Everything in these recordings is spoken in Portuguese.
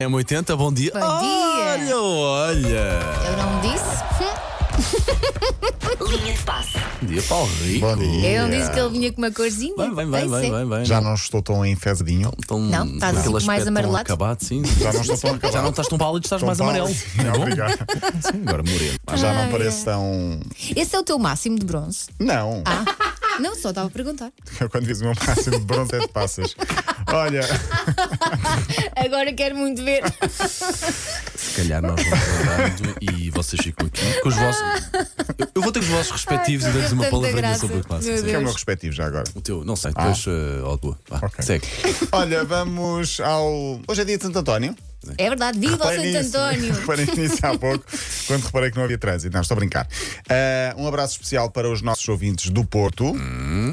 É 80, bom dia. Bom olha, dia. olha. Eu não disse? Hum, Linha de passe. Bom dia, Paulo Rico. Bom dia. Eu não disse que ele vinha com uma corzinha. Bem, bem, bem, Tem bem, sim. bem, bem. Já não estou tão enfezedinho. Tão, Não, estás com Então, aquele assim mais aspecto tão amarelado. Acabado, sim. Já não estou tão acabado. Já não estás tão pálido, estás Tão mais pálido. amarelo. Não, bom? obrigado. Sim, agora moreno. Já Ai, não ai. pareço tão. Esse é o teu máximo de bronze? Não. Ah, não, só estava a perguntar. Eu quando diz o meu máximo de bronze é de passas. Olha, Agora quero muito ver. Se calhar nós vamos andando e vocês ficam aqui com os vossos. Eu, eu vou ter com os vossos respectivos Ai, e damos tô uma tanta palavrinha graça. sobre a classe. Meu sim. que é o Deus. meu respectivo já agora. O teu, não sei, depois ah. ou a tua. Vá, Ok. segue. Olha, vamos ao. Hoje é dia de Santo António. É verdade, viva o Reparem Santo nisso. António! Reparem nisso há pouco, quando reparei que não havia trânsito. Não, estou a brincar. Ah, um abraço especial para os nossos ouvintes do Porto,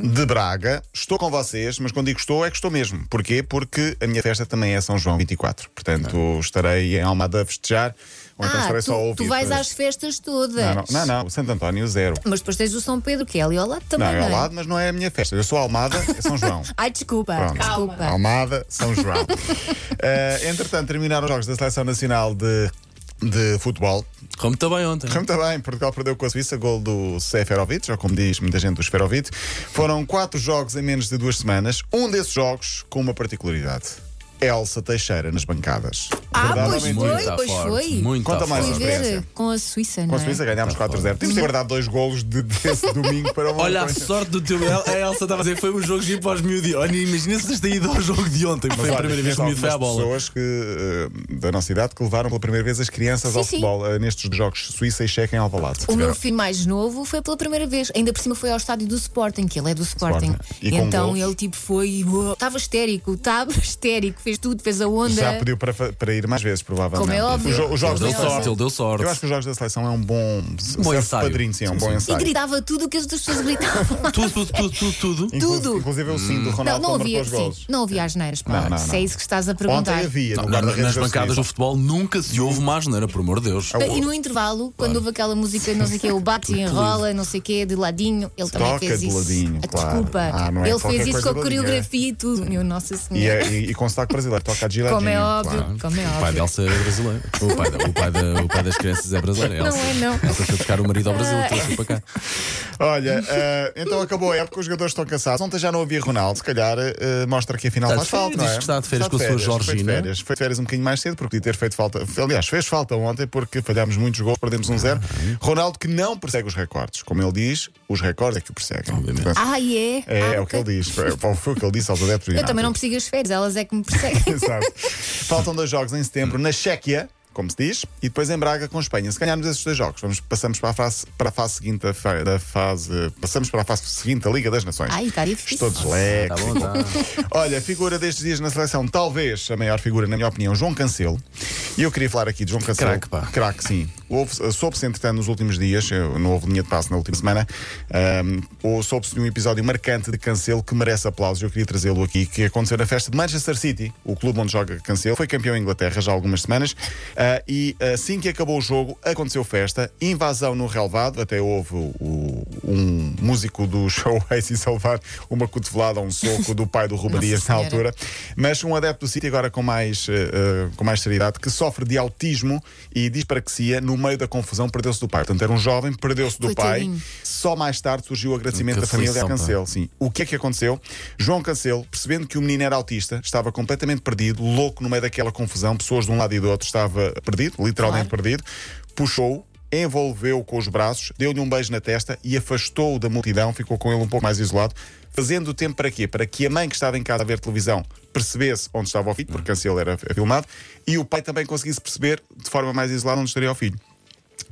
de Braga. Estou com vocês, mas quando digo estou, é que estou mesmo. Porquê? Porque a minha festa também é São João 24. Portanto, estarei em Almada a festejar, ou então ah, estarei só a tu, ouvir. tu vais Mas- às festas todas. Não, não, não, não, o Santo António, zero. Mas depois tens o São Pedro, que é ali ao lado também. Não, é ao é? lado, mas não é a minha festa. Eu sou Almada, é São João. Ai, desculpa, Pronto. desculpa. Almada, São João. Eh, entretanto, terminaram os jogos da Seleção Nacional de, de Futebol. Como também ontem. Correu Muito bem, Portugal perdeu com a Suíça, gol do Seferovic, ou como diz muita gente, do Seferovic. Foram quatro jogos em menos de duas semanas. Um desses jogos com uma particularidade. Elsa Teixeira nas bancadas. Ah, Verdade pois ou Muito mentira? foi, à pois forte, foi. Muito Conta à mais Fui forte. uma ver experiência. com a Suíça, não Com a é? Suíça ganhámos 4-0. Temos de guardar dois golos de, desse domingo para uma Olha a coisa. sorte do teu. El- A Elsa estava a dizer foi um jogo de ir para os miúdos. Olha, imagina se tens ido ao jogo de ontem. que Mas Foi a olha, primeira vez que o tens miúdo foi à algumas bola. pessoas que, eh, da nossa idade que levaram pela primeira vez as crianças Sim, ao sim. futebol eh, nestes jogos Suíça e Checa em Alvalade. O meu filho mais novo foi pela primeira vez. Ainda por cima foi ao estádio do Sporting, que ele é do Sporting. Sporting. E com então golos? ele tipo foi. Estava histérico, estava histérico, fez tudo, fez a onda. Já pediu para, fa- para ir mais vezes, provavelmente. é- Como é óbvio. Os, jo- os jogos Ele deu da sorte, seleção. ele deu sorte. Eu acho que os jogos da seleção é um bom, Bom serve de ensaio. padrinho, sim, é um Sim, bom sim. E ensaio. gritava tudo o que as outras pessoas gritavam. Tudo, tudo, tudo, tudo, tudo. Inclu- tudo. Inclusive eu sim do não, Ronaldo não que marcou havia, os sim, golos. não havia asneiras, pá. Não, não, Se não. é isso que estás a perguntar. Ontem havia, no Não, lugar da na- rede nas da bancadas do Suíça. futebol nunca se houve mais neira, por amor de Deus. E no intervalo, quando houve aquela música, não sei o quê, o bate e enrola, não sei o quê, de ladinho, ele também Toca fez de isso. ladinho, Ah, claro. Desculpa, Ah, não é ele qualquer fez isso coisa com a de ladinho, é. coreografia e tudo. Meu Nossa E, Senhora. é- e, e com sotaque brasileiro, toca a giladinho. Como é óbvio, claro. como é O pai de óbvio. Elsa é brasileiro. O pai, da- o pai da- o pai das crianças é brasileiro. Não Elsa, é, não. Elsa foi buscar o marido ao Brasil e trouxe para cá. Olha, eh, então acabou a época, os jogadores estão cansados. Ontem já não havia Ronaldo, se calhar eh, mostra que afinal Está Tá, faz de falta. férias, não é? diz que está de férias com a sua Foi de Georgina. férias, foi de férias um bocadinho mais cedo, porque podia ter feito falta. Aliás, fez falta ontem porque falhámos muitos gols, perdemos um zero. Uhum. Ronaldo que não persegue os recordes. Como ele diz, os recordes é que o perseguem. Obviamente. Portanto, Ah, é? É, Ah, é o ok. que ele diz. Foi, foi o que ele disse aos adeptos. do Eu também United. não persigo as férias, elas é que me perseguem. Exato. Faltam dois jogos em setembro na Chequia, como se diz, e depois em Braga com Espanha. Se ganharmos esses dois jogos, vamos, passamos para a fase, para a fase seguinte da, fa- da fase. Passamos para a fase seguinte da Liga das Nações. Ai, está difícil. Estou Está desleque. Tá bom, está. Olha, figura destes dias na seleção, talvez a maior figura, na minha opinião, João Cancelo. E eu queria falar aqui de João Cancelo. Craque, pá. Craque, sim. Houve- eh, Soube-se, entretanto, nos últimos dias, eu- não houve linha de passo na última semana, ahm, ou soube-se de um episódio marcante de Cancelo que merece aplausos. Eu queria trazê-lo aqui, que aconteceu na festa de Manchester City, o clube onde joga Cancelo. Foi campeão em Inglaterra já há algumas semanas. ah, e assim que acabou o jogo, aconteceu festa, invasão no relvado, até houve o- um músico do show Ace salvar uma cotovelada, um soco do pai do Ruben Nossa Dias na Senhora. altura. Mas um adepto do City, agora com mais, eh, eh, com mais seriedade, que sofre de autismo e dispraxia no meio da confusão, perdeu-se do pai. Portanto, era um jovem, perdeu-se do pai. Coitadinho. Só mais tarde surgiu o agradecimento Que da família a aflição, pá. Cancelo. Sim. O que é que aconteceu? João Cancelo, percebendo que o menino era autista, estava completamente perdido, louco no meio daquela confusão, pessoas de um lado e do outro, estava perdido, literalmente perdido, puxou-o. Envolveu-o com os braços, deu-lhe um beijo na testa e afastou-o da multidão, ficou com ele um pouco mais isolado, fazendo o tempo para quê? Para que a mãe que estava em casa a ver televisão percebesse onde estava o filho, porque Cancelo era filmado, e o pai também conseguisse perceber de forma mais isolada onde estaria o filho.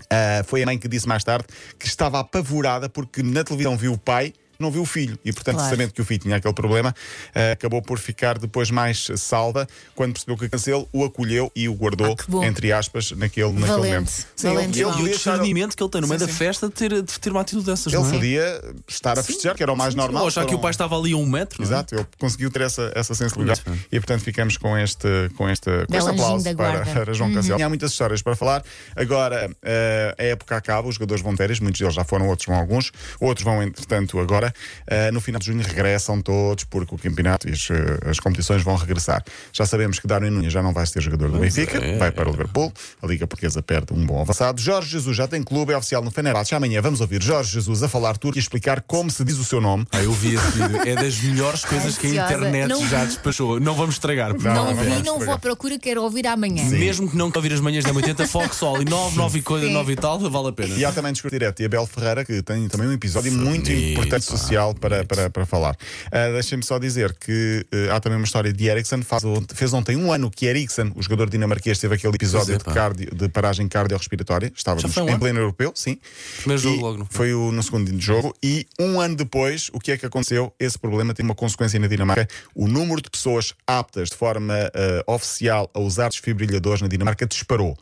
Uh, foi a mãe que disse mais tarde que estava apavorada porque na televisão viu o pai. Não viu o filho e, portanto, Claro. sabendo que o filho tinha aquele problema, uh, acabou por ficar depois mais salva quando percebeu que Cancelo o acolheu e o guardou, Ah, que bom. entre aspas, naquele, naquele Valente, momento. valente, E João. o podia estar- discernimento que ele tem no meio Sim, da sim. festa de ter, de ter uma atitude dessas, Ele não é? podia estar a festejar, que era o mais normal. Ou achar que foram- o pai estava ali a um metro. não é? Exato, ele conseguiu ter essa, essa sensibilidade Muito bem. e, portanto, ficamos com este, com este, com este Belo anjinho aplauso da para, guarda. para João Cancelo. Há muitas histórias para falar. Agora, eh, a época acaba, os jogadores vão de férias, muitos deles já foram, outros vão alguns, outros vão, entretanto, agora. Benfica. Ah, no final de junho regressam todos, porque o campeonato e as, eh, as competições vão regressar. Já sabemos que Darwin Nunes já não vai ser jogador do Benfica, é. vai para o Liverpool. A Liga Portuguesa perde um bom avançado. Jorge Jesus já tem clube, é oficial no Fenerbahçe. Amanhã vamos ouvir Jorge Jesus a falar turco e explicar como se diz o seu nome. Ah, eu vi esse vídeo. É das melhores coisas que a Ansiosa. internet Não- já despachou. Não vamos estragar. Não, Não vi, não vamos não vou estragar. à procura, quero ouvir amanhã. Mesmo que não te ouvir as manhãs da 80, Fox Sol e 9, 9 e coisa, 9 e tal, vale a pena. é? E há também Descobrir Direto e a Bel Ferreira, que tem também um episódio Bonito, muito importante pá, social para, para, para falar. Ah, Deixem-me só dizer que ah, há também uma história de Ericsson. Faz, ont- fez ontem um ano que Ericsson, o jogador dinamarquês, teve aquele episódio é, de, pá. cardio- de paragem cardiorrespiratória. Estávamos Já foi um em ano? pleno europeu, sim. Primeiro jogo E logo, não foi? Foi o, no segundo jogo. E um ano depois, o que é que aconteceu? Esse problema tem uma consequência na Dinamarca. O número de pessoas aptas de forma ah, oficial a usar desfibrilhadores na Dinamarca disparou.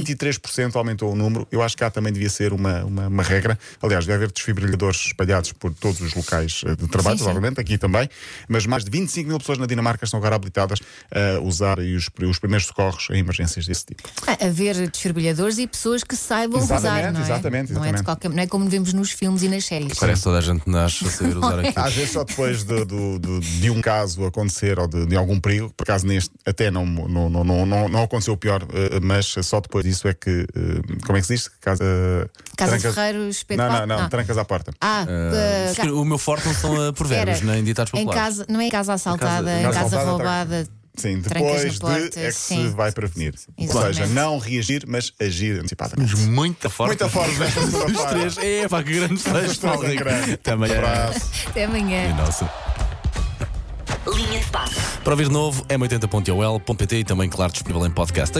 23% aumentou o número. Eu acho que cá também devia ser uma, uma, uma regra. Aliás, deve haver desfibrilhadores espalhados por todos os locais eh, de trabalho, Sim, sim. provavelmente, aqui também. Mas mais de 25 mil pessoas na Dinamarca estão agora habilitadas a usar aí os, os primeiros socorros em emergências desse tipo. Ah, haver desfibrilhadores e pessoas que saibam Exatamente, usar, não é? exatamente, Não, é de exatamente. qualquer... não é como vemos nos filmes e nas séries. Parece toda a gente nasce a saber usar aquilo. Às vezes só depois de, do- do- de um caso acontecer ou de, de algum perigo, por acaso neste até não, não, não, não, não, não aconteceu o pior, eh, mas só depois disso é que. eh, como é que se diz? Casa, Casa trancas- Ferreiro, Não, espetáculo. não, não, tá- trancas à porta. Ah, ah, ca- O meu forte não são a provérbios, Espera. nem ditados em populares. casa, não é em casa assaltada, Em em casa casa, assaltada, tá roubada. Sim, Trancas na depois porta, de é que sim. se vai prevenir. Ou Exatamente. seja, não reagir, mas agir antecipadamente. Temos muita forte. Muita forma nesta Os segunda-feira. três. É, pá, que grande sexto. Estou em grande. Também é. Abraço. Até amanhã. Nossa. Linha de passe. Para ouvir de novo, m80.ol.pt e também, claro, disponível em podcast.